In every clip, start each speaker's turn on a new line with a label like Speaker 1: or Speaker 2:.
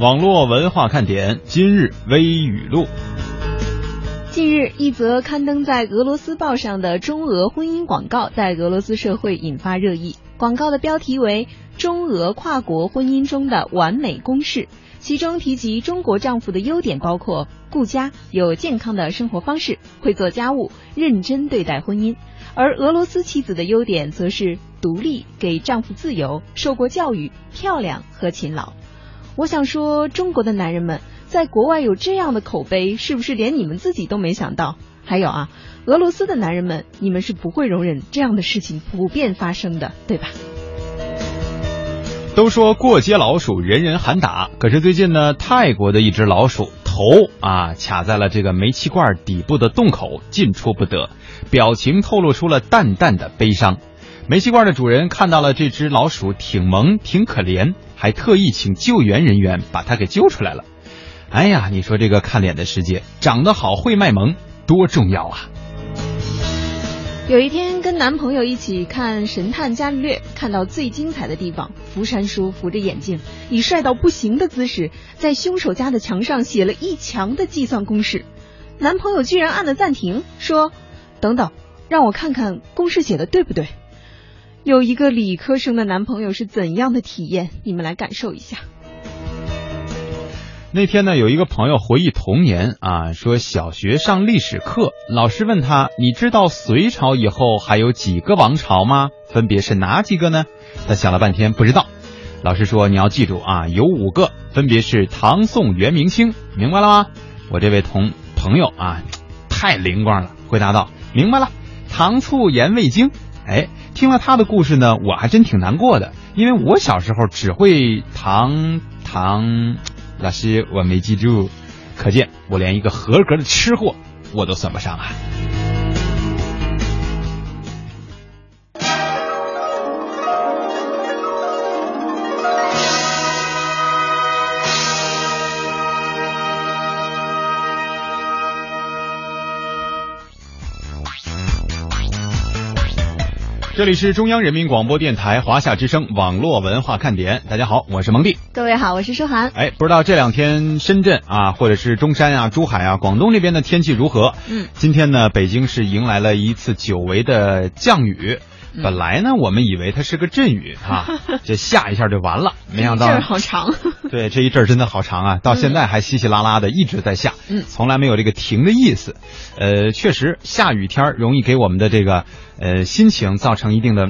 Speaker 1: 网络文化看点今日微语录。
Speaker 2: 近日，一则刊登在俄罗斯报上的中俄婚姻广告在俄罗斯社会引发热议。广告的标题为“中俄跨国婚姻中的完美公式”，其中提及中国丈夫的优点包括顾家、有健康的生活方式、会做家务、认真对待婚姻；而俄罗斯妻子的优点则是独立、给丈夫自由、受过教育、漂亮和勤劳。我想说，中国的男人们。在国外有这样的口碑，是不是连你们自己都没想到？还有啊，俄罗斯的男人们，你们是不会容忍这样的事情普遍发生的，对吧？
Speaker 1: 都说过街老鼠人人喊打，可是最近呢，泰国的一只老鼠头啊卡在了这个煤气罐底部的洞口，进出不得，表情透露出了淡淡的悲伤。煤气罐的主人看到了这只老鼠挺萌挺可怜，还特意请救援人员把它给揪出来了。哎呀，你说这个看脸的世界，长得好会卖萌多重要啊！
Speaker 2: 有一天跟男朋友一起看《神探伽利略》，看到最精彩的地方，福山叔扶着眼镜，以帅到不行的姿势，在凶手家的墙上写了一墙的计算公式。男朋友居然按了暂停，说：“等等，让我看看公式写的对不对。”有一个理科生的男朋友是怎样的体验？你们来感受一下。
Speaker 1: 那天呢，有一个朋友回忆童年啊，说小学上历史课，老师问他：“你知道隋朝以后还有几个王朝吗？分别是哪几个呢？”他想了半天不知道。老师说：“你要记住啊，有五个，分别是唐、宋、元、明、清，明白了吗？”我这位同朋友啊，太灵光了，回答道：“明白了，唐、醋、盐、味、精。”哎，听了他的故事呢，我还真挺难过的，因为我小时候只会唐唐。老师，我没记住，可见我连一个合格的吃货我都算不上啊。这里是中央人民广播电台华夏之声网络文化看点，大家好，我是蒙蒂。
Speaker 2: 各位好，我是舒涵。
Speaker 1: 哎，不知道这两天深圳啊，或者是中山啊、珠海啊、广东这边的天气如何？
Speaker 2: 嗯，
Speaker 1: 今天呢，北京是迎来了一次久违的降雨。
Speaker 2: 嗯
Speaker 1: 本来呢，我们以为它是个阵雨啊， 这下一下就完了，没想到啊
Speaker 2: 这儿好长。
Speaker 1: 对，这一阵儿真的好长啊，到现在还稀稀拉拉的一直在下，
Speaker 2: 嗯
Speaker 1: 从来没有这个停的意思。呃，确实下雨天儿容易给我们的这个呃心情造成一定的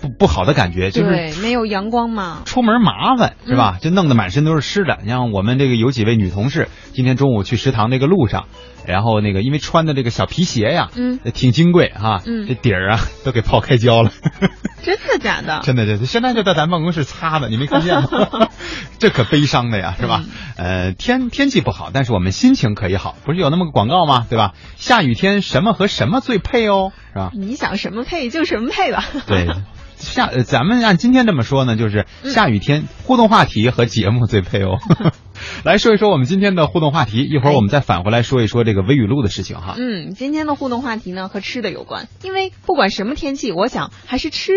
Speaker 1: 不不好的感觉，就是
Speaker 2: 对，没有阳光嘛。
Speaker 1: 出门麻烦是吧？
Speaker 2: 嗯
Speaker 1: 这弄得满身都是湿的。你像我们这个有几位女同事，今天中午去食堂那个路上，然后那个因为穿的这个小皮鞋呀，
Speaker 2: 嗯，
Speaker 1: 挺金贵哈、
Speaker 2: 嗯
Speaker 1: 这底儿啊 都给泡开胶 了。
Speaker 2: 真的假的？？
Speaker 1: 真的，真的，现在就在咱办公室擦呢，你没看见吗？这可悲伤的呀，是吧？呃，天天气不好，但是我们心情可以好，不是有那么个广告吗？对吧？下雨天什么和什么最配哦，是吧
Speaker 2: 你想什么配就什么配吧。
Speaker 1: 对， 下呃咱们按今天这么说呢，就是
Speaker 2: 嗯
Speaker 1: 下雨天互动话题和节目最配 哦。来说一说我们今天的互动话题，一会儿我们再返回来说一说这个微语录的事情哈。
Speaker 2: 嗯，今天的互动话题呢和吃的有关，因为不管什么天气，我想还是吃，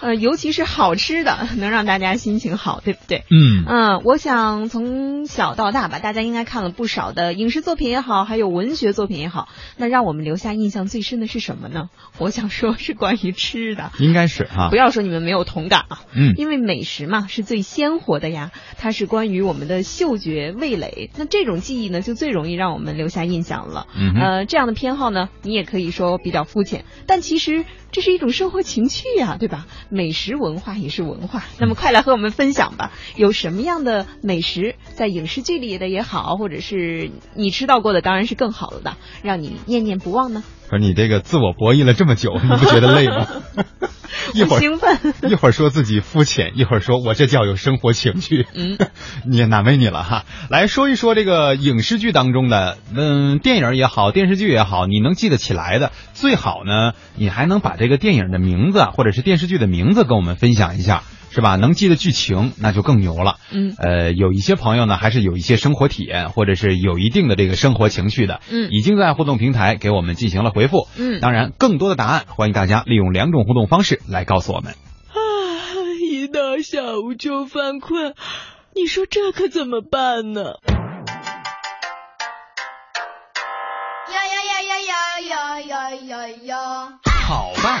Speaker 2: 呃，尤其是好吃的， 能让大家心情好，对不对？
Speaker 1: 嗯
Speaker 2: 嗯，我想从小到大吧，大家应该看了不少的影视作品也好，还有文学作品也好，那让我们留下印象最深的是什么呢？我想说是关于吃的，
Speaker 1: 应该是哈
Speaker 2: 不，要说你们没有同感啊，
Speaker 1: 啊嗯
Speaker 2: 因为美食嘛是最鲜活的呀，它是关于我们的嗅觉、味蕾，那这种记忆呢就最容易让我们留下印象了。
Speaker 1: 嗯哼
Speaker 2: 呃，这样的偏好呢，你也可以说比较肤浅，但其实这是一种生活情趣呀、对吧？美食文化也是文化，那么快来和我们分享吧，有什么样的美食在影视剧里的也好，或者是你吃到过的，当然是更好了的，让你念念不忘呢？
Speaker 1: 不是你这个自我博弈了这么久，你不觉得累 吗？一会
Speaker 2: 我
Speaker 1: 儿
Speaker 2: 兴奋。
Speaker 1: 一会儿说自己肤浅，一会儿说我这叫有生活情趣，
Speaker 2: 嗯，
Speaker 1: 你 也难为你了哈。来说一说这个影视剧当中的，嗯，电影也好，电视剧也好，你能记得起来的，最好呢，你还能把这个电影的名字啊或者是电视剧的名字跟我们分享一下，是吧？能记得剧情那就更牛了。
Speaker 2: 嗯
Speaker 1: 呃，有一些朋友呢，还是有一些生活体验，或者是有一定的这个生活情趣的，
Speaker 2: 嗯
Speaker 1: 已经在互动平台给我们进行了回复。
Speaker 2: 嗯
Speaker 1: 当然，更多的答案欢迎大家利用两种互动方式来告诉我们。
Speaker 2: 啊，一到下午就犯困，
Speaker 3: 你说这可怎么办呢？
Speaker 4: 呀呀呀呀呀呀呀呀呀！
Speaker 5: 好吧，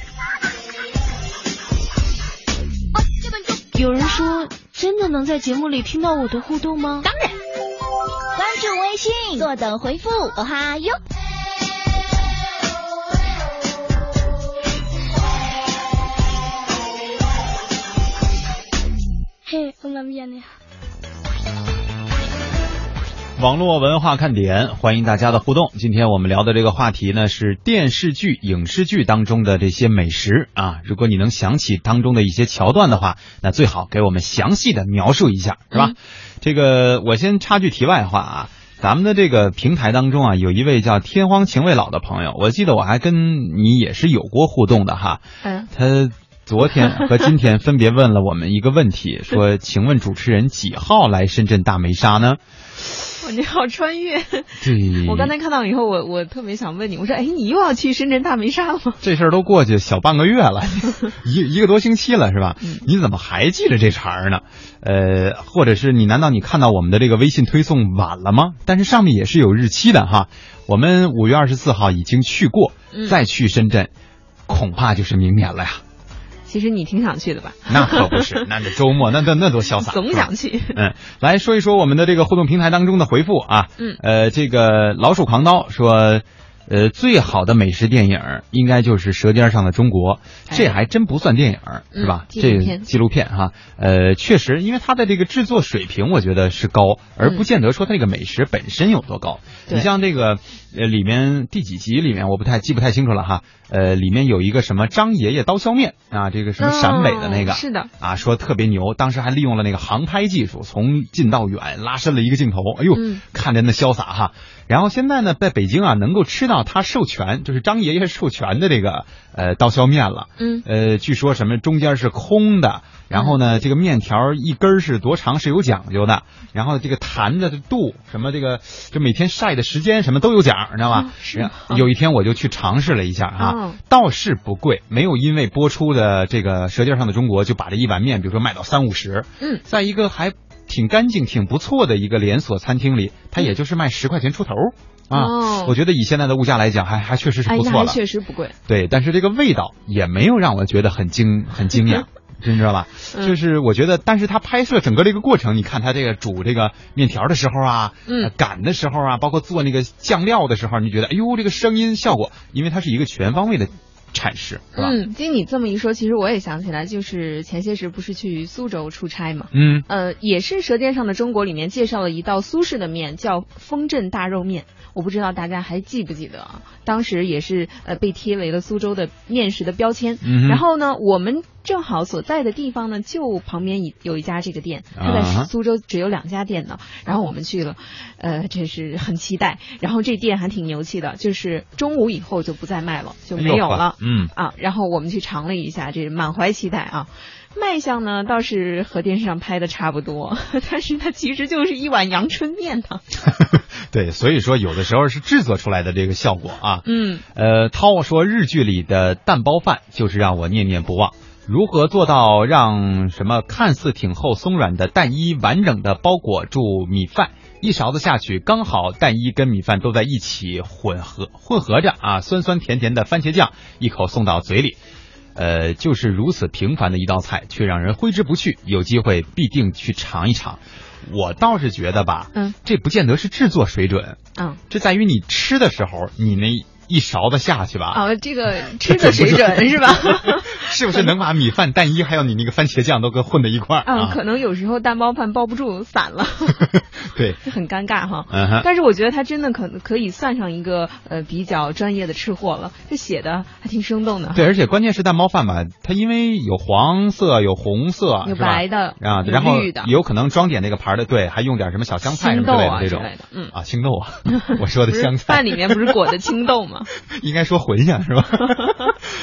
Speaker 3: 有人说，真的能在节目里听到我的互动吗？
Speaker 6: 当然，关注微信，坐等回复，哦哈哟。
Speaker 4: 嘿，我们演的呀。
Speaker 1: 网络文化看点，欢迎大家的互动。今天我们聊的这个话题呢是电视剧、影视剧当中的这些美食啊。如果你能想起当中的一些桥段的话，那最好给我们详细的描述一下，是吧？这个我先插句题外话啊，咱们的这个平台当中啊，有一位叫天荒情未老的朋友，我记得我还跟你也是有过互动的哈。
Speaker 3: 嗯，
Speaker 1: 他昨天和今天分别问了我们一个问题，说：“请问主持人几号来深圳大梅沙呢
Speaker 2: 哇你好穿越！？”
Speaker 1: 对，
Speaker 2: 我刚才看到以后，我我特别想问你，我说，哎，你又要去深圳大梅 沙了吗？
Speaker 1: 这事儿都过去小半个月 了，一一个多星期了，是吧
Speaker 2: 嗯？
Speaker 1: 你怎么还记着这茬儿呢？呃，或者是你难道你看到我们的这个微信推送晚了吗？但是上面也是有日期的哈。我们五月二十四号已经去过，
Speaker 2: 嗯
Speaker 1: 再去深圳，恐怕就是明年了呀。
Speaker 2: 其实你挺想去的吧？
Speaker 1: 那可不 是，那这周末那那那多潇洒，
Speaker 2: 总
Speaker 1: 是吧
Speaker 2: 想去。
Speaker 1: 嗯，来说一说我们的这个互动平台当中的回复啊。
Speaker 2: 嗯
Speaker 1: 呃，这个老鼠狂刀说，呃，最好的美食电影儿应该就是《舌尖上的中国》，这
Speaker 2: 哎
Speaker 1: 还真不算电影儿，是吧
Speaker 2: 嗯？纪录
Speaker 1: 这
Speaker 2: 片
Speaker 1: 纪录片哈、呃，确实，因为它的这个制作水平，我觉得是高，而不见得说它这个美食本身有多高。
Speaker 2: 嗯对
Speaker 1: 你像这个呃，里面第几集里面我不太记不太清楚了哈。呃，里面有一个什么张爷爷刀削面啊，这个什么陕北的那个，
Speaker 2: 哦是的，
Speaker 1: 啊，说特别牛，当时还利用了那个航拍技术，从近到远拉伸了一个镜头，哎呦，
Speaker 2: 嗯
Speaker 1: 看着那潇洒哈。然后现在呢，在北京啊，能够吃到他授权，就是张爷爷授权的这个呃刀削面了。
Speaker 2: 嗯，
Speaker 1: 呃，据说什么中间是空的，然后呢，这个面条一根儿是多长是有讲究的，然后这个坛子的度什么这个这每天晒的时间什么都有讲，你知道吧？
Speaker 2: 哦是吗
Speaker 1: 然有一天我就去尝试了一下啊，
Speaker 2: 哦
Speaker 1: 倒是不贵，没有因为播出的这个《舌尖上的中国》就把这一碗面，比如说卖到三五十。
Speaker 2: 嗯，
Speaker 1: 在一个还挺干净、挺不错的一个连锁餐厅里，它也就是卖十块钱出头。啊，
Speaker 2: 嗯哦
Speaker 1: 我觉得以现在的物价来讲还，还确实是
Speaker 2: 哎，
Speaker 1: 不
Speaker 2: 那
Speaker 1: 错
Speaker 2: 还
Speaker 1: 了。
Speaker 2: 确实不贵。
Speaker 1: 对，但是这个味道也没有让我觉得很惊很惊 讶，你知道吧？
Speaker 2: 嗯
Speaker 1: 就是我觉得，但是他拍摄整个这个过程，你看他这个煮这个面条的时候啊，
Speaker 2: 嗯
Speaker 1: 呃擀的时候啊，包括做那个酱料的时候，你觉得哎呦这个声音效果，因为它是一个全方位的阐释，是吧？
Speaker 2: 嗯，经你这么一说，其实我也想起来，就是前些时不是去苏州出差嘛，
Speaker 1: 嗯，
Speaker 2: 呃，也是《舌尖上的中国》里面介绍了一道苏式的面，叫丰镇大肉面。我不知道大家还记不记得啊？当时也是呃被贴为了苏州的面食的标签。
Speaker 1: 嗯哼
Speaker 2: 然后呢，我们正好所在的地方呢，就旁边一有一家这个店，它在
Speaker 1: 啊哈
Speaker 2: 苏州只有两家店呢。然后我们去了，呃，真是很期待。然后这店还挺牛气的，就是中午以后就不再卖了，就没有
Speaker 1: 哎呦
Speaker 2: 了
Speaker 1: 呵。嗯，
Speaker 2: 啊，然后我们去尝了一下，这满怀期待啊。卖相呢倒是和电视上拍的差不多， 但是它其实就是一碗阳春面呢。
Speaker 1: 对，所以说有的时候是制作出来的这个效果啊，
Speaker 2: 嗯，
Speaker 1: 呃，涛说日剧里的蛋包饭就是让我念念不忘。如何做到让什么看似挺厚松软的蛋衣完整的包裹住米饭？一勺子下去，刚好蛋衣跟米饭都在一起混合混合着啊，酸酸甜甜的番茄酱一口送到嘴里。呃，就是如此平凡的一道菜，却让人挥之不去。有机会必定去尝一尝。我倒是觉得吧，
Speaker 2: 嗯，
Speaker 1: 这不见得是制作水准，
Speaker 2: 嗯，
Speaker 1: 这在于你吃的时候，你那一勺子下去吧，
Speaker 2: 啊，这个吃的水准 是吧？
Speaker 1: 是不是能把米饭、蛋衣还有你那个番茄酱都跟混在一块儿
Speaker 2: 嗯，
Speaker 1: 啊？
Speaker 2: 可能有时候蛋包饭包不住，散 了，
Speaker 1: 对，
Speaker 2: 就很尴尬哈。
Speaker 1: 嗯哼，
Speaker 2: 但是我觉得他真的可可以算上一个呃比较专业的吃货了，这写的还挺生动的，
Speaker 1: 对，而且关键是蛋包饭吧，它因为有黄色、有红色、
Speaker 2: 有
Speaker 1: 是吧
Speaker 2: 白的
Speaker 1: 啊，
Speaker 2: 有
Speaker 1: 然后
Speaker 2: 绿的
Speaker 1: 有可能装点那个盘儿的，对，还用点什么小香菜什
Speaker 2: 青
Speaker 1: 么
Speaker 2: 豆
Speaker 1: 之类
Speaker 2: 啊
Speaker 1: 的这
Speaker 2: 之
Speaker 1: 种
Speaker 2: 类的，嗯。
Speaker 1: 啊，青豆 啊， 我说
Speaker 2: 不
Speaker 1: 的
Speaker 2: 是
Speaker 1: 香菜
Speaker 2: 饭里面不是裹的青豆 吗？
Speaker 1: 应该说茴香 是吧？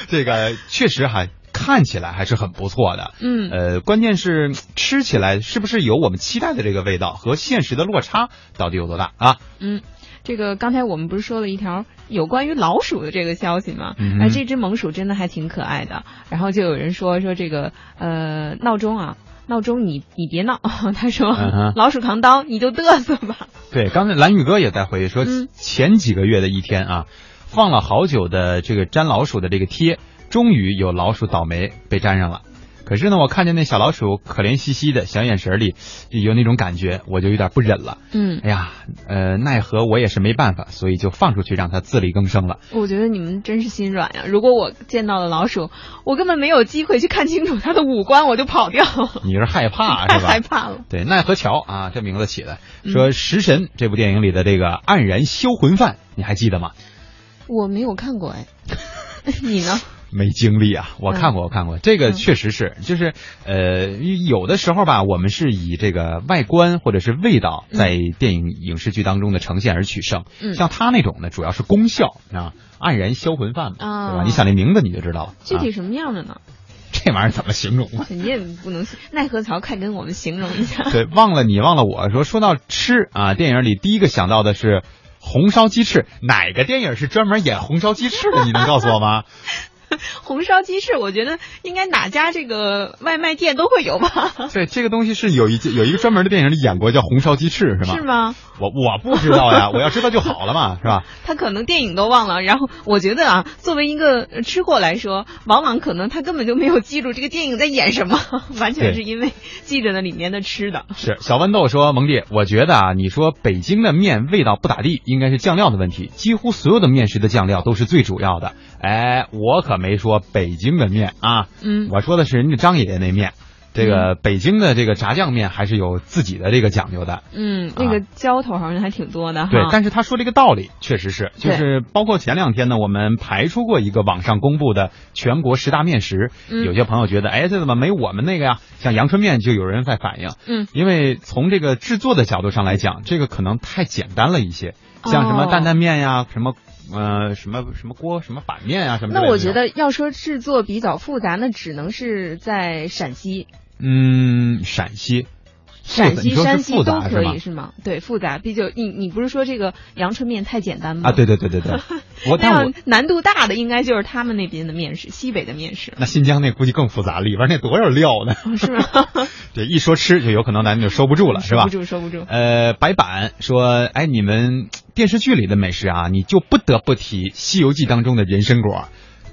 Speaker 1: 这个确实还看起来还是很不错的。
Speaker 2: 嗯
Speaker 1: 呃，关键是嗯吃起来是不是有我们期待的这个味道和现实的落差到底有多大啊？
Speaker 2: 嗯，这个刚才我们不是说了一条有关于老鼠的这个消息吗？
Speaker 1: 嗯哼
Speaker 2: 哎，这只猛鼠真的还挺可爱的。然后就有人说说这个呃闹钟啊，闹钟你你别闹， 他说、
Speaker 1: 嗯哼
Speaker 2: 老鼠扛刀你就嘚瑟吧。
Speaker 1: 对，刚才蓝宇哥也在回忆说
Speaker 2: 嗯，
Speaker 1: 前几个月的一天啊，放了好久的这个粘老鼠的这个贴，终于有老鼠倒霉被粘上了。可是呢，我看见那小老鼠可怜兮兮的小眼神里有那种感觉，我就有点不忍了。
Speaker 2: 嗯，
Speaker 1: 哎呀，呃，奈何我也是没办法，所以就放出去让它自力更生了。
Speaker 2: 我觉得你们真是心软呀、如果我见到了老鼠，我根本没有机会去看清楚它的五官，我就跑掉，
Speaker 1: 你是害怕
Speaker 2: 太
Speaker 1: 是吧
Speaker 2: 害？怕了。
Speaker 1: 对，奈何桥啊，这名字起的。
Speaker 2: 嗯
Speaker 1: 说《食神》这部电影里的这个黯然销魂饭，你还记得吗？
Speaker 2: 我没有看过哎， 你呢？
Speaker 1: 没经历啊，我看过，我看过，这
Speaker 2: 嗯
Speaker 1: 个确实是，就是呃，有的时候吧，我们是以这个外观或者是味道在电影影视剧当中的呈现而取胜，
Speaker 2: 嗯
Speaker 1: 像他那种呢，主要是功效啊，黯然销魂饭嘛，
Speaker 2: 啊
Speaker 1: 对吧？你想那名字你就知道了，
Speaker 2: 具体
Speaker 1: 啊、
Speaker 2: 什么样的呢？
Speaker 1: 这玩意儿怎么形容啊？
Speaker 2: 你也不能奈何桥，快跟我们形容一下。
Speaker 1: 对，忘了你，忘了我。说说到吃啊，电影里第一个想到的是红烧鸡翅，哪个电影是专门演红烧鸡翅的？你能告诉我吗？
Speaker 2: 红烧鸡翅，我觉得应该哪家这个外卖店都会有吧？
Speaker 1: 对，这个东西是有一有一个专门的电影里演过，叫红烧鸡翅，是吗？
Speaker 2: 是吗？
Speaker 1: 我我不知道呀，我 要知道就好了嘛，是吧？
Speaker 2: 他可能电影都忘了，然后我觉得啊，作为一个呃吃货来说，往往可能他根本就没有记住这个电影在演什么， 完
Speaker 1: 对
Speaker 2: 全是因为记着那里面的吃的。
Speaker 1: 是小豌豆说，蒙弟，我觉得啊，你说北京的面味道不咋地，应该是酱料的问题。几乎所有的面食的酱料都是最主要的。哎，我可没说北京的面啊，
Speaker 2: 嗯
Speaker 1: 我说的是人家张爷爷那面。这个北京的这个炸酱面还是有自己的这个讲究的，
Speaker 2: 嗯，那个浇头好像还挺多的哈。
Speaker 1: 啊对。但是他说这个道理确实是，就是包括前两天呢，我们排出过一个网上公布的全国十大面食，
Speaker 2: 嗯
Speaker 1: 有些朋友觉得，哎，这怎么没我们那个呀？像阳春面就有人在反映，
Speaker 2: 嗯，
Speaker 1: 因为从这个制作的角度上来讲，这个可能太简单了一些，
Speaker 2: 哦
Speaker 1: 像什么担担面呀，什么呃什么什么锅什么板面呀，什么之类的
Speaker 2: 那
Speaker 1: 种。
Speaker 2: 我觉得要说制作比较复杂，那只能是在陕西、
Speaker 1: 嗯，陕西，
Speaker 2: 陕西、
Speaker 1: 复杂你
Speaker 2: 山
Speaker 1: 说是
Speaker 2: 西
Speaker 1: 复
Speaker 2: 都
Speaker 1: 杂
Speaker 2: 可
Speaker 1: 是吗
Speaker 2: 以是吗？对，复杂，毕竟你你不是说这个阳春面太简单吗？
Speaker 1: 啊，对对对对 对，我
Speaker 2: 嗯那
Speaker 1: 哦但我
Speaker 2: 样难度大的应该就是他们那边的面食，西北的 面食，
Speaker 1: 那新疆那估计更复杂，里边那多少料呢？
Speaker 2: 是吗？
Speaker 1: 对，一说吃就有可能咱们就收不住了，是
Speaker 2: 收
Speaker 1: 吧
Speaker 2: 不？住，收不住。
Speaker 1: 呃，白板说，哎，你们电视剧里的美食啊，你就不得不提《西游记》当中的人参果，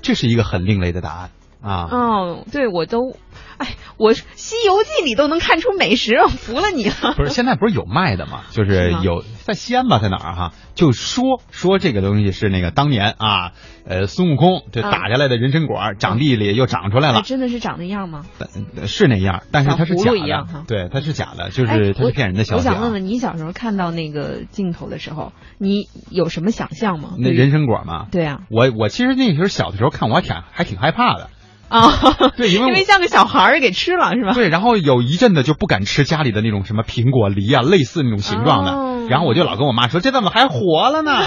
Speaker 1: 这是一个很另类的答案啊。
Speaker 2: 哦，对，我都，哎，我《西游记》里都能看出美食，我服了你 了。
Speaker 1: 不 是，现在不是有卖的嘛？就是是
Speaker 2: 吗
Speaker 1: 有在西安吧，在哪儿哈、就说说这个东西是那个当年啊，呃，孙悟空这
Speaker 2: 啊
Speaker 1: 打下来的人参果儿长地里又长出来
Speaker 2: 哎
Speaker 1: 了，
Speaker 2: 真的是长那样吗？
Speaker 1: 呃是那样，但是它是
Speaker 2: 长葫
Speaker 1: 假
Speaker 2: 芦一样
Speaker 1: 的
Speaker 2: 哈，
Speaker 1: 对，它是假的，就
Speaker 2: 哎
Speaker 1: 是它
Speaker 2: 我
Speaker 1: 是骗人的消
Speaker 2: 我
Speaker 1: 息、啊
Speaker 2: 想问问你，小时候看到那个镜头的时候，你有什么想象吗？
Speaker 1: 那人参果嘛，
Speaker 2: 对啊 呀，
Speaker 1: 我我其实那时候小的时候看我还挺还挺害怕的，
Speaker 2: 啊，
Speaker 1: 对因为我
Speaker 2: 像个小孩儿给吃了是吧？
Speaker 1: 对，然后有一阵子就不敢吃家里的那种什么苹果、梨啊，类似那种形状的。
Speaker 2: 哦
Speaker 1: 然后我就老跟我妈说：“这怎么还活了呢？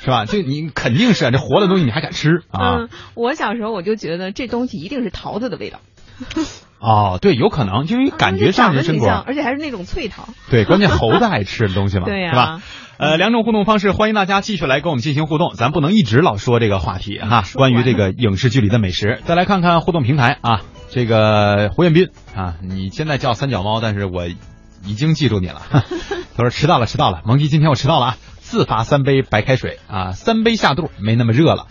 Speaker 1: 是吧？这你肯定是啊，这活的东西你还敢吃啊？
Speaker 2: 嗯，我小时候我就觉得这东西一定是桃子的味道，
Speaker 1: 哦，对，有可能，就是感觉上人参
Speaker 2: 长得挺像
Speaker 1: 果，
Speaker 2: 而且还是啊那种脆桃。
Speaker 1: 对，关键猴子爱吃的东西 嘛，
Speaker 2: 对呀
Speaker 1: 是吧？呃，两种互动方式，欢迎大家继续来跟我们进行互动，咱不能一直老说这个话题哈，
Speaker 2: 嗯说
Speaker 1: 关于
Speaker 2: 完
Speaker 1: 这个影视剧里的美食，再来看看互动平台啊，这个胡彦斌啊，你现在叫三脚猫，但是我已经记住你了， 哈他说迟到了，迟到了，蒙迪，今天我迟到了啊，自罚三杯白开水啊，三杯下肚，没那么热了。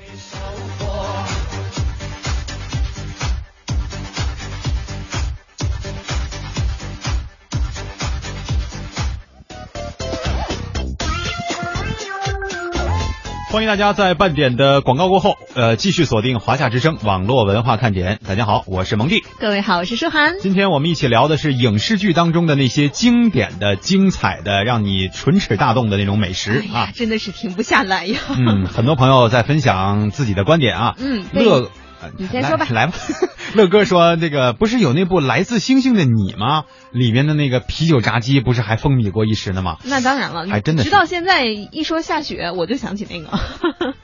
Speaker 1: 欢迎大家在半点的广告过后，呃，继续锁定华夏之声网络文化看点。大家好，我是蒙蒂。
Speaker 2: 各位好，我是舒涵。
Speaker 1: 今天我们一起聊的是影视剧当中的那些经典的、精彩的、让你唇齿大动的那种美食
Speaker 2: 哎
Speaker 1: 啊
Speaker 2: 呀，。真的是停不下来呀。
Speaker 1: 嗯，很多朋友在分享自己的观点啊。
Speaker 2: 嗯对
Speaker 1: 乐，
Speaker 2: 你先说吧
Speaker 1: 来来吧。乐哥说：“这个不是有那部《来自星星的你》吗？里面的那个啤酒炸鸡不是还风靡过一时呢吗？
Speaker 2: 那当然了，
Speaker 1: 还哎真的是
Speaker 2: 直到现在一说下雪，我就想起 那个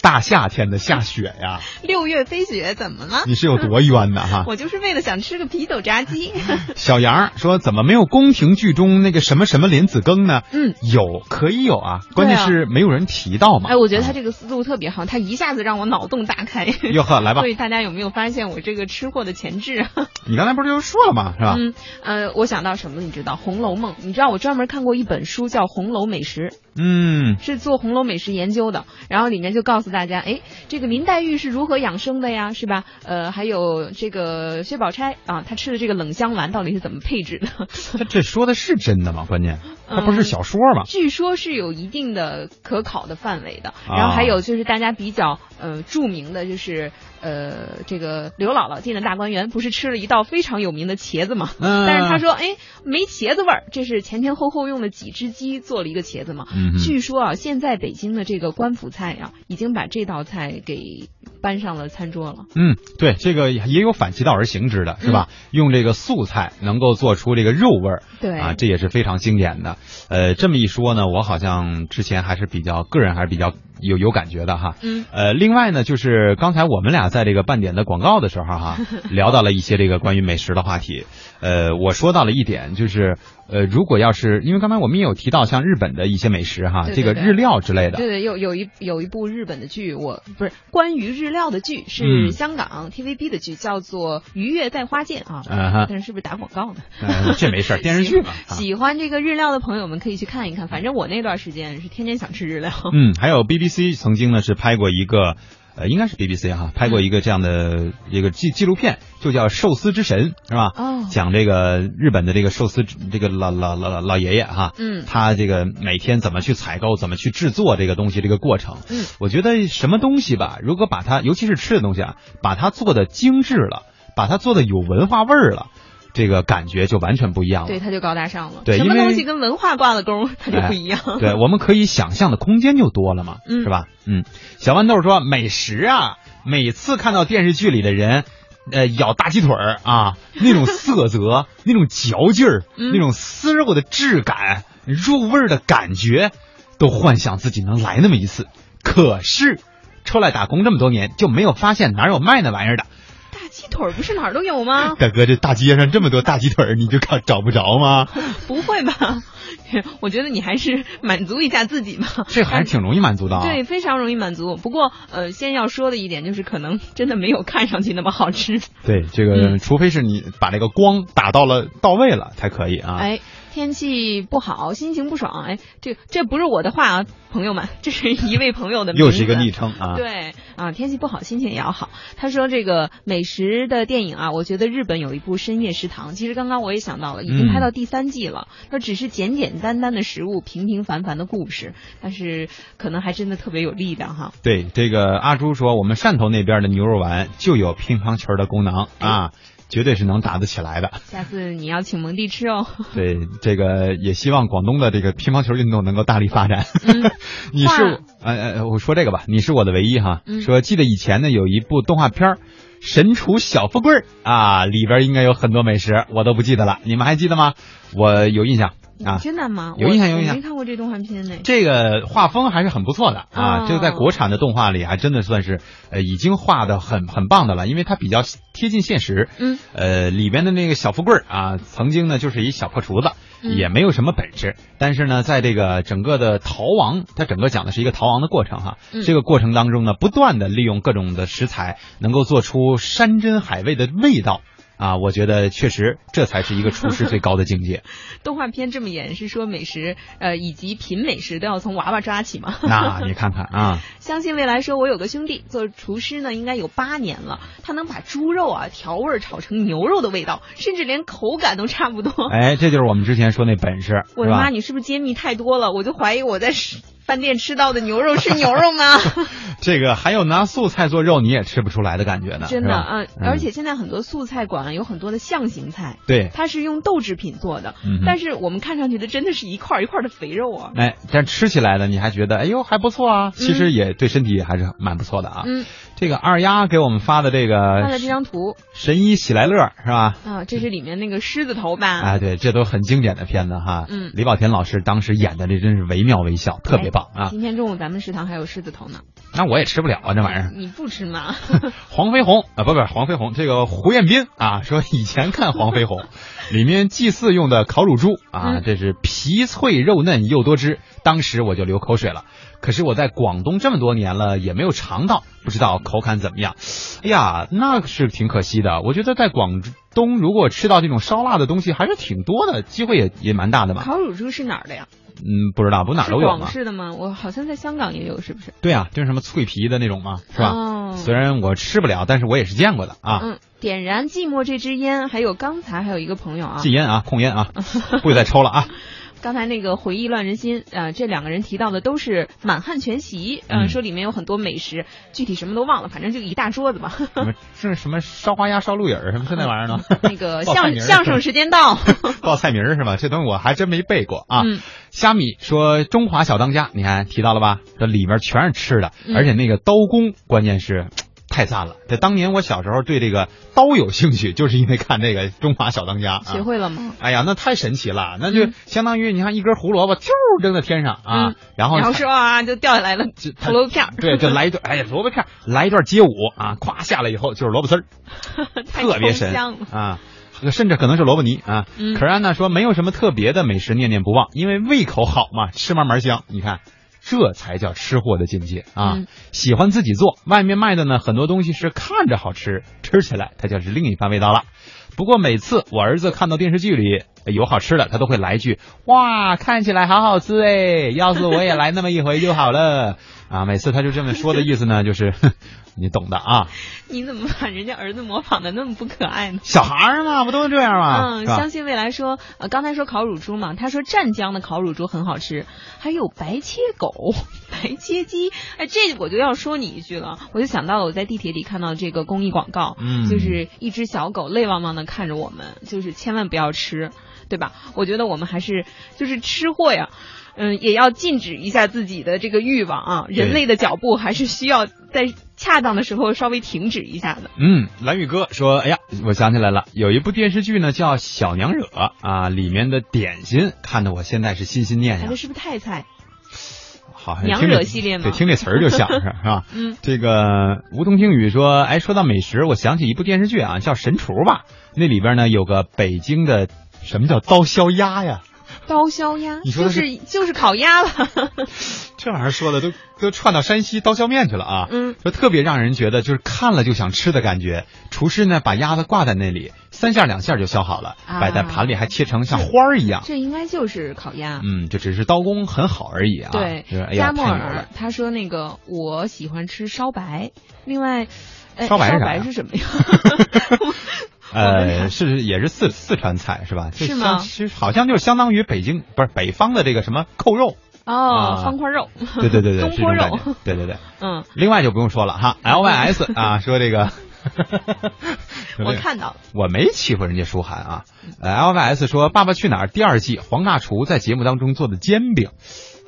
Speaker 1: 大夏天的下雪 呀，
Speaker 2: 六月飞雪，怎么了？
Speaker 1: 你是有多冤呐哈！
Speaker 2: 我就是为了想吃个啤酒 炸鸡。
Speaker 1: 小杨说：“怎么没有宫廷剧中那个什么什么莲子羹呢？
Speaker 2: 嗯，
Speaker 1: 有可以有啊，关键
Speaker 2: 对啊
Speaker 1: 是没有人提到嘛。啊
Speaker 2: 哎，我觉得他这个思路特别好，他一下子让我脑洞大开。
Speaker 1: 哟呵，来吧
Speaker 2: 所，以大家有没有发现我这个吃货的潜质？啊
Speaker 1: 你刚才不是就说了吗？是吧？
Speaker 2: 嗯，呃，我想到什么，你知道《红楼梦》？你知道我专门看过一本书叫《红楼美食》，
Speaker 1: 嗯，
Speaker 2: 是做红楼美食研究的，然后里面就告诉大家，哎，这个林黛玉是如何养生的呀，是吧？呃，还有这个薛宝钗啊，她吃的这个冷香丸到底是怎么配置的？
Speaker 1: 他这说的是真的吗？关键他不是
Speaker 2: 嗯
Speaker 1: 小说吗？
Speaker 2: 据说是有一定的可考的范围的。
Speaker 1: 啊
Speaker 2: 然后还有就是大家比较呃著名的就是呃这个刘姥姥进了大观园，不是吃了一道非常有名的茄子吗？
Speaker 1: 嗯
Speaker 2: 但是他说，哎，没茄子味儿，这是前前后后用了几只鸡做了一个茄子嘛。
Speaker 1: 嗯哼
Speaker 2: 据说啊，现在北京的这个官府菜啊，已经把这道菜给搬上了餐桌了。
Speaker 1: 嗯，对，这个也有反其道而行之的，是
Speaker 2: 嗯
Speaker 1: 吧？用这个素菜能够做出这个肉味儿，
Speaker 2: 对
Speaker 1: 啊，这也是非常经典的。呃，这么一说呢，我好像之前还是比较个人还是比较有有感觉的哈。
Speaker 2: 嗯，
Speaker 1: 呃，另外呢，就是刚才我们俩在这个半点的广告的时候哈， 聊到了一些这个关于美食的话题。呃，我说到了一点，就是呃，如果要是因为刚才我们也有提到像日本的一些美食哈，
Speaker 2: 对对
Speaker 1: 这个
Speaker 2: 对
Speaker 1: 日料之类的，
Speaker 2: 对对，有有一有一部日本的剧，我不是关于日料的剧，
Speaker 1: 嗯
Speaker 2: 是香港 TVB 的剧，叫做《愉悦在花见》啊。
Speaker 1: 嗯哈
Speaker 2: 但是是不是打广告呢？
Speaker 1: 呃这没事儿，电视 剧嘛。啊
Speaker 2: 喜欢这个日料的朋友们可以去看一看，反正我那段时间是天天想吃日料。
Speaker 1: 嗯，还有 BBC 曾经呢是拍过一个，呃，应该是 BBC 哈，拍过一个这样的一个纪纪录片，就叫《寿司之神》，是吧？
Speaker 2: 哦
Speaker 1: 讲这个日本的这个寿司这个老老老老老爷爷哈，
Speaker 2: 嗯
Speaker 1: 他这个每天怎么去采购，怎么去制作这个东西这个过程。
Speaker 2: 嗯，
Speaker 1: 我觉得什么东西吧，如果把它，尤其是吃的东西啊，把它做的精致了，把它做的有文化味儿了，这个感觉就完全不一样了。
Speaker 2: 对，它就高大上了。
Speaker 1: 对
Speaker 2: 什么
Speaker 1: 因为
Speaker 2: 东西跟文化挂了钩，它就不一样。
Speaker 1: 对，我们可以想象的空间就多了嘛，
Speaker 2: 嗯
Speaker 1: 是吧？嗯，小豌豆说美食啊，每次看到电视剧里的人。呃，咬大鸡腿儿 啊，那种色泽，那种嚼劲儿，
Speaker 2: 嗯
Speaker 1: 那种丝肉的质感，入味儿的感觉，都幻想自己能来那么一次。可是，出来打工这么多年，就没有发现哪有卖那玩 意儿的。
Speaker 2: 大鸡腿儿不是哪儿都有 吗？
Speaker 1: 大哥，这大街上这么多大鸡腿儿，你就找找不着 吗？
Speaker 2: 不会吧？ 我觉得你还是满足一下自己吧。
Speaker 1: 这还是挺容易满足的啊。
Speaker 2: 对，非常容易满足。不过，呃，先要说的一点就是，可能真的没有看上去那么好吃。
Speaker 1: 对，这个、
Speaker 2: 嗯
Speaker 1: 除非是你把这个光打到了到位了才可以啊。
Speaker 2: 哎，天气不好，心情不爽，哎，这这不是我的话啊，朋友们，这是一位朋友的名字，
Speaker 1: 又是一个昵称啊。
Speaker 2: 对啊，天气不好，心情也要好。他说这个美食的电影啊，我觉得日本有一部《深夜食堂》，其实刚刚我也想到了，已经拍到第三季
Speaker 1: 嗯
Speaker 2: 了。它只是简简单单的食物，平平凡凡的故事，但是可能还真的特别有力量哈。
Speaker 1: 对，这个阿朱说，我们汕头那边的牛肉丸就有乒乓球的功能啊。绝对是能打得起来的。
Speaker 2: 下次你要请蒙蒂吃哦。
Speaker 1: 对，这个也希望广东的这个乒乓球运动能够大力发展。
Speaker 2: 嗯
Speaker 1: 你是呃呃，我说这个吧，你是我的唯一哈。
Speaker 2: 嗯
Speaker 1: 说记得以前呢有一部动画片儿《神厨小富贵》啊，里边应该有很多美食，我都不记得了，你们还记得吗？我有印象啊。
Speaker 2: 真的吗？
Speaker 1: 有
Speaker 2: 我
Speaker 1: 印象有
Speaker 2: 我
Speaker 1: 印象
Speaker 2: 没看过这动画 片呢。
Speaker 1: 这个画风还是很不错的啊，
Speaker 2: 哦
Speaker 1: 这个在国产的动画里还真的算是呃已经画的很很棒的了，因为它比较贴近现实。
Speaker 2: 嗯，
Speaker 1: 呃，里边的那个小富贵儿啊，曾经呢就是一小破厨子，
Speaker 2: 嗯
Speaker 1: 也没有什么本事，但是呢，在这个整个的逃亡，它整个讲的是一个逃亡的过程哈。
Speaker 2: 嗯
Speaker 1: 这个过程当中呢，不断的利用各种的食材，能够做出山珍海味的味道。啊，我觉得确实这才是一个厨师最高的境 界。
Speaker 2: 动画片这么演是说美食，呃，以及品美食都要从娃娃抓起吗？
Speaker 1: 那你看看啊，
Speaker 2: 相信未来说，我有个兄弟做厨师呢，应该有八年了，他能把猪肉啊调味儿炒成牛肉的味道，甚至连口感都差不多。
Speaker 1: 哎，这就是我们之前说那本事，
Speaker 2: 哦我
Speaker 1: 是
Speaker 2: 的
Speaker 1: 吧
Speaker 2: 妈，你是不是揭秘太多了？我就怀疑我在吃饭店吃到的牛肉是牛肉 吗？
Speaker 1: 这个还有拿素菜做肉你也吃不出来的感觉呢，是
Speaker 2: 真的
Speaker 1: 吧嗯
Speaker 2: 啊！而且现在很多素菜馆有很多的象形菜，
Speaker 1: 对，
Speaker 2: 它是用豆制品做的，
Speaker 1: 哎嗯哼
Speaker 2: 但是我们看上去的真的是一块儿一块儿的肥肉啊。
Speaker 1: 哎，但吃起来呢，你还觉得哎呦还不错啊，其实也对身体还是蛮不错的啊。
Speaker 2: 嗯，
Speaker 1: 这个二丫给我们发的这
Speaker 2: 看了
Speaker 1: 个
Speaker 2: 这张图
Speaker 1: 神医喜来乐哎是吧？
Speaker 2: 啊，这是里面那个狮子头吧？
Speaker 1: 哎，对，这都很经典的片子哈。
Speaker 2: 啊嗯
Speaker 1: 李保田老师当时演的这真是惟妙惟肖，特别棒啊。
Speaker 2: 今天中午咱们食堂还有狮子头呢，
Speaker 1: 那我也吃不了啊，这玩意儿。
Speaker 2: 你不吃吗？
Speaker 1: 黄飞鸿啊，不不，黄飞鸿，这个胡彦斌啊， 说以前看黄飞 鸿，里面祭祀用的烤乳猪啊，
Speaker 2: 嗯
Speaker 1: 这是皮脆肉嫩又多汁，当时我就流口水了。可是我在广东这么多年了，也没有尝到，不知道口感怎么样。哎呀，那是挺可惜的。我觉得在广东如果吃到这种烧腊的东西，还是挺多的，机会也也蛮大的嘛。
Speaker 2: 烤乳猪是哪儿的呀？
Speaker 1: 嗯，不知道，不是哪儿都
Speaker 2: 是
Speaker 1: 有
Speaker 2: 广
Speaker 1: 嘛。
Speaker 2: 式的吗？我好像在香港也有，是不是？
Speaker 1: 对啊，就是什么脆皮的那种嘛，是吧？
Speaker 2: 哦
Speaker 1: 虽然我吃不了，但是我也是见过的啊。
Speaker 2: 嗯，点燃寂寞这支烟，还有刚才还有一个朋友啊，
Speaker 1: 戒烟啊，控烟 啊，不许再抽了啊！
Speaker 2: 刚才那个回忆乱人心，呃，这两个人提到的都是满汉全席，嗯、
Speaker 1: 嗯
Speaker 2: 说里面有很多美食，具体什么都忘了，反正就一大桌 子吧。
Speaker 1: 什么这是什么烧花鸭、烧鹿尾儿，什么是那玩意儿呢？
Speaker 2: 那个
Speaker 1: 报菜
Speaker 2: 相
Speaker 1: 名儿
Speaker 2: 相声时间
Speaker 1: 啊
Speaker 2: 到，
Speaker 1: 报菜名儿是吧？这东西我还真没背过啊。
Speaker 2: 嗯
Speaker 1: 虾米说中华小当家，你看提到了吧？这里面全是吃的，
Speaker 2: 嗯
Speaker 1: 而且那个刀工，关键是。太赞了！这当年我小时候对这个刀有兴趣，就是因为看这个《中华小当家》啊。
Speaker 2: 学会了吗？
Speaker 1: 哎呀，那太神奇了！那就相当于你看一根胡萝卜，啾扔在天上啊，
Speaker 2: 嗯
Speaker 1: 然后
Speaker 2: 然后说啊，就掉下来了
Speaker 1: 这，他
Speaker 2: 胡萝卜片儿，
Speaker 1: 对，就来一段，哎呀，萝卜片儿，来一段街舞啊，咵下来以后就是萝卜丝儿，
Speaker 2: 太
Speaker 1: 特别
Speaker 2: 抽
Speaker 1: 神
Speaker 2: 象了。
Speaker 1: 啊。甚至可能是萝卜泥啊，
Speaker 2: 嗯
Speaker 1: 可是安娜说没有什么特别的美食念念不忘，因为胃口好嘛，吃嘛嘛香。你看，这才叫吃货的境界啊！
Speaker 2: 嗯
Speaker 1: 喜欢自己做，外面卖的呢，很多东西是看着好吃，吃起来它就是另一番味道了。不过每次我儿子看到电视剧里呃有好吃的，他都会来一句：“哇，看起来好好吃哎，要是我也来那么一回就好了。” 啊，每次他就这么说的意思呢，就是 哼你懂的啊，
Speaker 2: 你怎么把人家儿子模仿的那么不可爱呢？
Speaker 1: 小孩儿嘛，不都是这样吗？
Speaker 2: 嗯，
Speaker 1: 啊是吧
Speaker 2: 相信未来说，呃，刚才说烤乳猪嘛，他说湛江的烤乳猪很好吃，还有白切狗、 白切鸡，哎，这我就要说你一句了，我就想到了我在地铁里看到这个公益广告，
Speaker 1: 嗯
Speaker 2: 就是一只小狗泪汪汪的看着我们，就是千万不要吃，对吧？我觉得我们还是就是吃货呀。嗯，也要禁止一下自己的这个欲望啊！人类的脚步还是需要在恰当的时候稍微停止一下的。
Speaker 1: 嗯，蓝宇哥说：“哎呀，我想起来了，有一部电视剧呢叫《小娘惹》啊，里面的点心看得我现在是心心念
Speaker 2: 孩
Speaker 1: 想
Speaker 2: 子，哎是不是太菜？
Speaker 1: 好像
Speaker 2: 娘
Speaker 1: 听着
Speaker 2: 惹系列吗
Speaker 1: 对，听这词儿就想是是吧？
Speaker 2: 嗯，
Speaker 1: 这个梧桐听雨说：哎，说到美食，我想起一部电视剧啊，叫《神厨》吧，那里边呢有个北京的什么叫刀削鸭呀？
Speaker 2: 刀削鸭，
Speaker 1: 你说
Speaker 2: 就
Speaker 1: 的是
Speaker 2: 是就是烤鸭 了。
Speaker 1: 这玩意儿说的都都串到山西刀削面去了啊！
Speaker 2: 嗯，
Speaker 1: 说特别让人觉得就是看了就想吃的感觉。厨师呢把鸭子挂在那里，三下两下就削好了，
Speaker 2: 啊
Speaker 1: 摆在盘里还切成像花儿一样。
Speaker 2: 这应该就是烤鸭。
Speaker 1: 嗯，就只是刀工很好而已啊。
Speaker 2: 对
Speaker 1: 就是，哎呀，太
Speaker 2: 加莫
Speaker 1: 牛
Speaker 2: 尔
Speaker 1: 了。
Speaker 2: 他说那个我喜欢吃烧白，另外，哎
Speaker 1: 烧白是
Speaker 2: 烧
Speaker 1: 啥
Speaker 2: 白
Speaker 1: 呀
Speaker 2: 是什 么呀？
Speaker 1: 呃，是也是四四川菜是吧？就是相
Speaker 2: 吗
Speaker 1: 其实好像就相当于北京不是北方的这个什么扣 肉，
Speaker 2: 哦
Speaker 1: 啊，
Speaker 2: 方块肉。
Speaker 1: 对对对对，
Speaker 2: 东
Speaker 1: 是这种
Speaker 2: 坡
Speaker 1: 感
Speaker 2: 肉
Speaker 1: 觉。对对对。
Speaker 2: 嗯，
Speaker 1: 另外就不用说了哈，L Y S 啊，说这个
Speaker 2: 我看到了，
Speaker 1: 我没欺负人家舒涵啊。呃，LYS 说《爸爸去哪儿》第二季黄大厨在节目当中做的煎饼，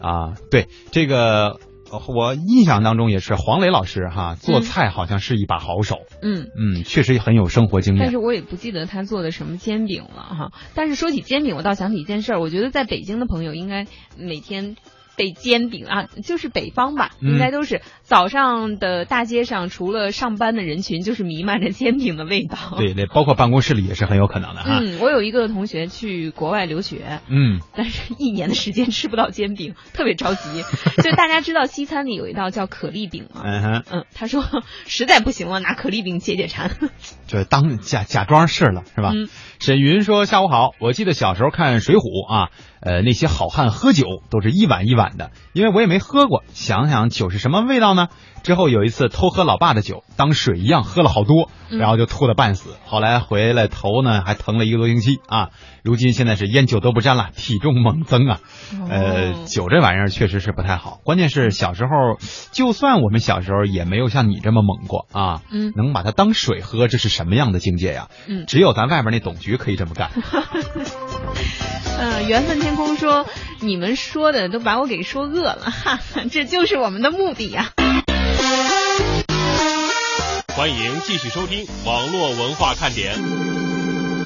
Speaker 1: 啊，对这个。呃我印象当中也是黄磊老师哈，做
Speaker 2: 嗯
Speaker 1: 菜好像是一把好手，
Speaker 2: 嗯。
Speaker 1: 嗯，确实很有生活经
Speaker 2: 但
Speaker 1: 验
Speaker 2: 是。我也不记得他做的什么煎饼了哈。但是说起煎饼，我倒想起一件事儿，我觉得在北京的朋友应该每天被煎饼啊，就是北方吧，
Speaker 1: 嗯
Speaker 2: 应该都是早上的大街上，除了上班的人群，就是弥漫着煎饼的味道。
Speaker 1: 对啊对，包括办公室里也是很有可能的哈。
Speaker 2: 嗯，我有一个同学去国外留学，
Speaker 1: 嗯
Speaker 2: 但是一年的时间吃不到煎饼，特别着 急。就大家知道西餐里有一道叫可丽饼嘛，
Speaker 1: 嗯哼，
Speaker 2: 嗯，他说实在不行了，拿可丽饼解解馋。
Speaker 1: 就是当假假装是了，是吧？
Speaker 2: 嗯
Speaker 1: 沈云说：“下午好，我记得小时候看《水浒》啊，呃，那些好汉喝酒都是一碗一碗的，因为我也没喝过，想想酒是什么味道呢？之后有一次偷喝老爸的酒，当水一样喝了好多，
Speaker 2: 嗯
Speaker 1: 然后就吐的半死。后来回来头呢还疼了一个多星期啊。如今现在是烟酒都不沾了，体重猛增啊。呃，
Speaker 2: 哦
Speaker 1: 酒这玩意儿确实是不太好，关键
Speaker 2: 嗯
Speaker 1: 是小时候，就算我们小时候也没有像你这么猛过啊。
Speaker 2: 嗯
Speaker 1: 能把它当水喝，这是什么样的境界呀？
Speaker 2: 嗯
Speaker 1: 只有咱外边那董局可以这么 干。
Speaker 2: 呃，缘分天空说你们说的都把我给说饿了，哈哈，这就是我们的目的呀、
Speaker 7: 欢迎继续收听网络文化看点。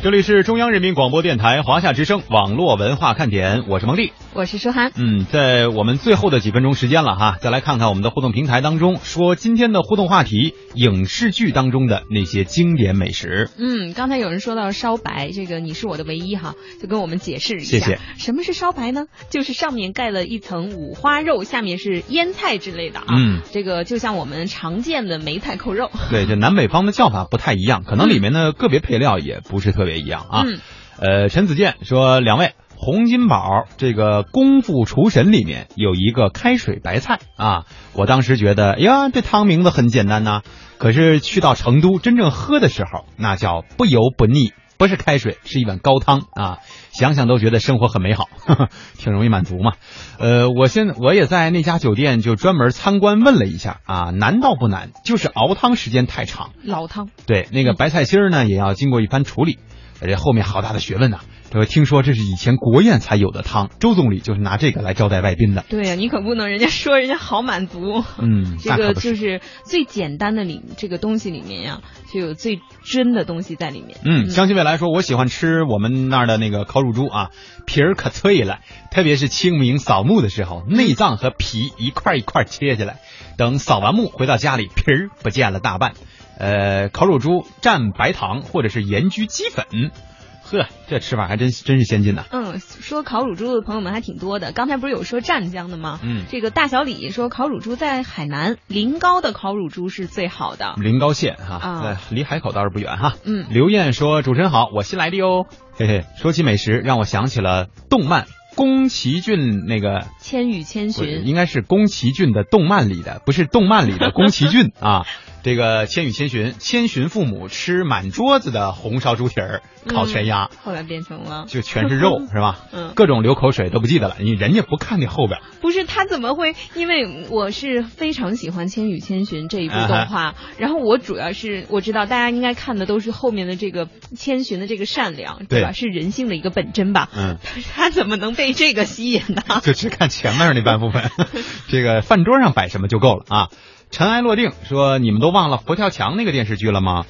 Speaker 1: 这里是中央人民广播电台华夏之声网络文化看点，我是蒙蒂。
Speaker 2: 我是舒涵，
Speaker 1: 嗯，在我们最后的几分钟时间了哈，再来看看我们的互动平台当中，说今天的互动话题：影视剧当中的那些经典美食。
Speaker 2: 嗯，刚才有人说到烧白，这个你是我的唯一哈，就跟我们解释一下，
Speaker 1: 谢谢
Speaker 2: 什么是烧白呢？就是上面盖了一层五花肉，下面是腌菜之类的啊。
Speaker 1: 嗯，
Speaker 2: 这个就像我们常见的梅菜扣肉。
Speaker 1: 对，这南北方的叫法不太一样，可能里面的个别配料也不是特别一样啊。
Speaker 2: 嗯
Speaker 1: 呃，陈子健说，两位。洪金宝这个《功夫厨神》里面有一个开水白菜啊，我当时觉得，哎呀，这汤名字很简单呐、可是去到成都真正喝的时候，那叫不油不腻，不是开水，是一碗高汤啊！想想都觉得生活很美好， 呵呵挺容易满足嘛。呃，我现我也在那家酒店就专门参观问了一下啊，难倒不难，就是熬汤时间太长。
Speaker 2: 老汤，
Speaker 1: 对，那个白菜心儿呢，也要经过一番处理，这后面好大的学问呐、这个听说这是以前国宴才有的汤，周总理就是拿这个来招待外宾的。
Speaker 2: 对呀、你可不能人家说人家好满足。
Speaker 1: 嗯，
Speaker 2: 这
Speaker 1: 那可
Speaker 2: 个
Speaker 1: 不是。
Speaker 2: 就是最简单的里这个东西里面呀、就有最真的东西在里面。
Speaker 1: 嗯，相信未来说，我喜欢吃我们那儿的那个烤乳猪啊，皮儿可脆了，特别是清明扫墓的时候，内脏和皮一块一块切下来，等扫完墓回到家里，皮儿不见了大半。呃，烤乳猪蘸白糖或者是盐焗鸡粉，呵，这吃法还真真是先进呐、
Speaker 2: 嗯，说烤乳猪的朋友们还挺多的。刚才不是有说湛江的吗？
Speaker 1: 嗯
Speaker 2: 这个大小李说烤乳猪在海南临高的烤乳猪是最好的。
Speaker 1: 临高县哈、
Speaker 2: 啊
Speaker 1: 呃离海口倒是不远哈。
Speaker 2: 嗯
Speaker 1: 刘艳说：“主持人好，我新来的哟。”嘿嘿，说起美食，让我想起了动漫宫崎骏那个
Speaker 2: 《千与千
Speaker 1: 不是
Speaker 2: 寻》
Speaker 1: 应该是宫崎骏的动漫里的，不是动漫里的宫崎骏啊。这个《千与千寻》，千寻父母吃满桌子的红烧猪蹄儿、烤全鸭，
Speaker 2: 后来变成了
Speaker 1: 就全是肉，是吧？
Speaker 2: 嗯
Speaker 1: 各种流口水都不记得了，你人家不看那后边儿，
Speaker 2: 不是他怎么会？因为我是非常喜欢《千与千寻》这一部
Speaker 1: 啊
Speaker 2: 动画，然后我主要是我知道大家应该看的都是后面的这个千寻的这个善良，
Speaker 1: 对
Speaker 2: 吧？是人性的一个本真吧？
Speaker 1: 嗯，
Speaker 2: 他怎么能被这个吸引呢？
Speaker 1: 就只看前面那半部分。 这个饭桌上摆什么就够了啊。尘埃落定说：“你们都忘了佛跳墙那个电视剧了吗？”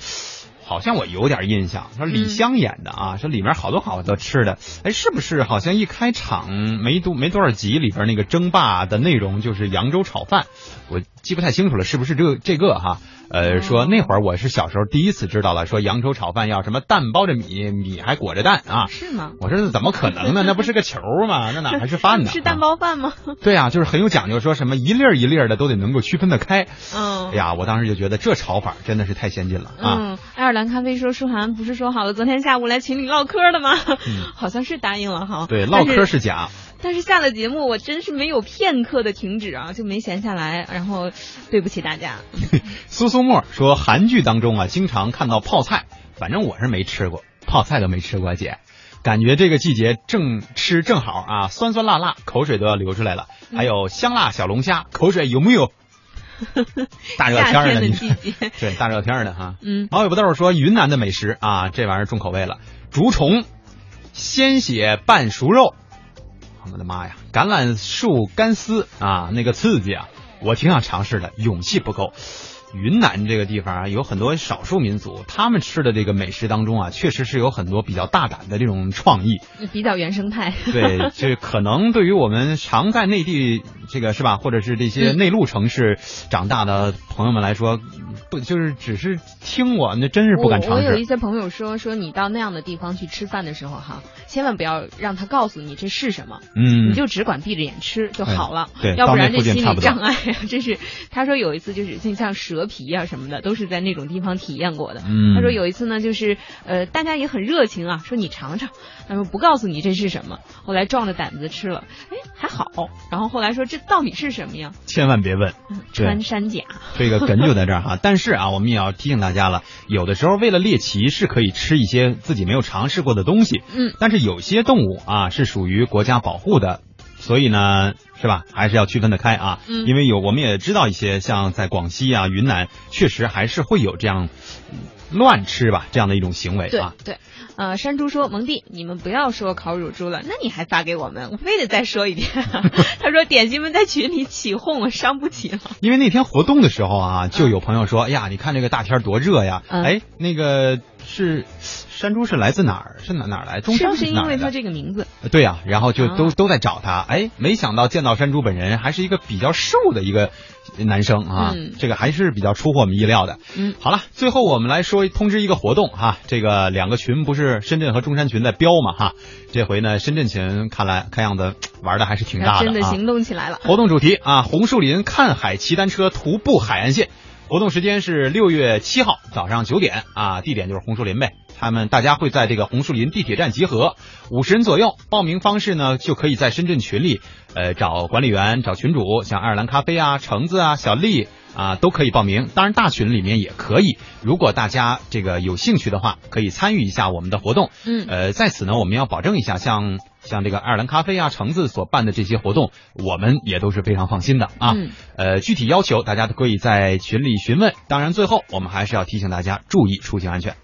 Speaker 1: 好像我有点印象，说李湘演的啊，说里面好多好多吃的，哎，是不是好像一开场没多没多少集里边那个争霸的内容就是扬州炒饭，我记不太清楚了，是不是这个这个哈？呃，说那会儿我是小时候第一次知道了，说扬州炒饭要什么蛋包着米，米还裹着蛋啊，
Speaker 2: 是吗？
Speaker 1: 我说怎么可能呢？那不是个球吗？那哪还是饭呢？
Speaker 2: 是蛋包饭吗？
Speaker 1: 对啊，就是很有讲究，说什么一粒儿一粒儿的都得能够区分得开。
Speaker 2: 嗯
Speaker 1: 哎。呀，我当时就觉得这炒法真的是太先进了啊！
Speaker 2: 嗯，爱尔兰咖啡说舒涵不是说好了昨天下午来群里唠嗑的吗？好像是答应了哈。
Speaker 1: 嗯对，唠嗑
Speaker 2: 但
Speaker 1: 是假，
Speaker 2: 但是下了节目，我真是没有片刻的停止啊，就没闲下来。然后，对不起大家。
Speaker 1: 苏苏沫说韩剧当中啊，经常看到泡菜，反正我是没吃过，泡菜都没吃过，姐。感觉这个季节正吃正好啊，酸酸辣辣，口水都要流出来了。
Speaker 2: 嗯
Speaker 1: 还有香辣小龙虾，口水有木有？ 大热天
Speaker 2: 夏
Speaker 1: 儿
Speaker 2: 天
Speaker 1: 呢，
Speaker 2: 的
Speaker 1: 你
Speaker 2: 季
Speaker 1: 这
Speaker 2: 节
Speaker 1: 对大热天儿呢哈。
Speaker 2: 嗯，
Speaker 1: 网友不豆说云南的美食啊，这玩意儿重口味了，竹虫、鲜血拌熟肉，啊我的妈呀，橄榄树干丝啊，那个刺激啊，我挺想尝试的，勇气不够。云南这个地方啊，有很多少数民族，他们吃的这个美食当中啊，确实是有很多比较大胆的这种创意。
Speaker 2: 比较原 生态。
Speaker 1: 对，这可能对于我们常在内地这个是吧，或者是这
Speaker 2: 嗯
Speaker 1: 些内陆城市长大的朋友们来说，不就是只是听我，那真是不敢
Speaker 2: 我我
Speaker 1: 尝
Speaker 2: 有
Speaker 1: 试。
Speaker 2: 一些朋友说说你到那样的地方去吃饭的时候哈，千万不要让他告诉你这是什么，
Speaker 1: 嗯
Speaker 2: 你，就只管闭着眼吃就
Speaker 1: 哎
Speaker 2: 好了，
Speaker 1: 对
Speaker 2: 要
Speaker 1: 到
Speaker 2: 不
Speaker 1: 那
Speaker 2: 然这
Speaker 1: 附近
Speaker 2: 心
Speaker 1: 差
Speaker 2: 理
Speaker 1: 不多
Speaker 2: 障碍啊，真是。他说有一次就是像像蛇皮啊什么的，都是在那种地方体验过的。
Speaker 1: 嗯
Speaker 2: 他说有一次呢，就是呃大家也很热情啊，说你尝尝，他说不告诉你这是什么，后来壮着胆子吃了，哎还好，然后后来说这到底是什么呀？
Speaker 1: 千万别问。对
Speaker 2: 穿山甲，
Speaker 1: 这个梗就在这儿哈。但是啊，我们也要提醒大家了，有的时候为了猎奇是可以吃一些自己没有尝试过的东西，
Speaker 2: 嗯，
Speaker 1: 但是有些动物啊是属于国家保护的。所以呢，是吧？还是要区分得开啊，
Speaker 2: 嗯
Speaker 1: 因为有我们也知道一些，像在广西啊、云南，确实还是会有这样嗯乱吃吧这样的一种行为
Speaker 2: 对
Speaker 1: 啊。
Speaker 2: 对，呃，山猪说：“蒙蒂，你们不要说烤乳猪了，那你还发给我们，我非得再说 一遍。”他说：“点心们在群里起哄，我伤不起了。
Speaker 1: 因为那天活动的时候啊，就有朋友说：“哎呀，你看这个大天儿多热呀！”
Speaker 2: 嗯
Speaker 1: 哎，那个是山猪是来自哪儿？是哪哪儿来？”中
Speaker 2: 是
Speaker 1: 山
Speaker 2: 不是
Speaker 1: 哪
Speaker 2: 因
Speaker 1: 儿
Speaker 2: 为
Speaker 1: 的
Speaker 2: 他这个名字？
Speaker 1: 对呀、然后就都、
Speaker 2: 啊
Speaker 1: 都在找他，哎，没想到见到山猪本人，还是一个比较瘦的一个男生啊，
Speaker 2: 嗯
Speaker 1: 这个还是比较出乎我们意料的。
Speaker 2: 嗯
Speaker 1: 好了，最后我们来说通知一个活动哈、这个两个群不是深圳和中山群在飙嘛哈、这回呢深圳群看来看样子玩的还是挺大的、啊，
Speaker 2: 真的行动起来了。
Speaker 1: 活动主题啊，红树林看海骑单车徒步海岸线。活动时间是六月七号早上九点啊，地点就是红树林呗。他们大家会在这个红树林地铁站集合，五十人左右。报名方式呢，就可以在深圳群里，呃，找管理员、找群主，像爱尔兰咖啡啊、橙子啊、小丽啊，都可以报名。当然，大群里面也可以。如果大家这个有兴趣的话，可以参与一下我们的活动。
Speaker 2: 嗯，
Speaker 1: 呃，在此呢，我们要保证一下，像像这个爱尔兰咖啡啊、橙子所办的这些活动，我们也都是非常放心的啊。
Speaker 2: 嗯
Speaker 1: 呃，具体要求大家都可以在群里询问。当然，最后我们还是要提醒大家注意出行安全。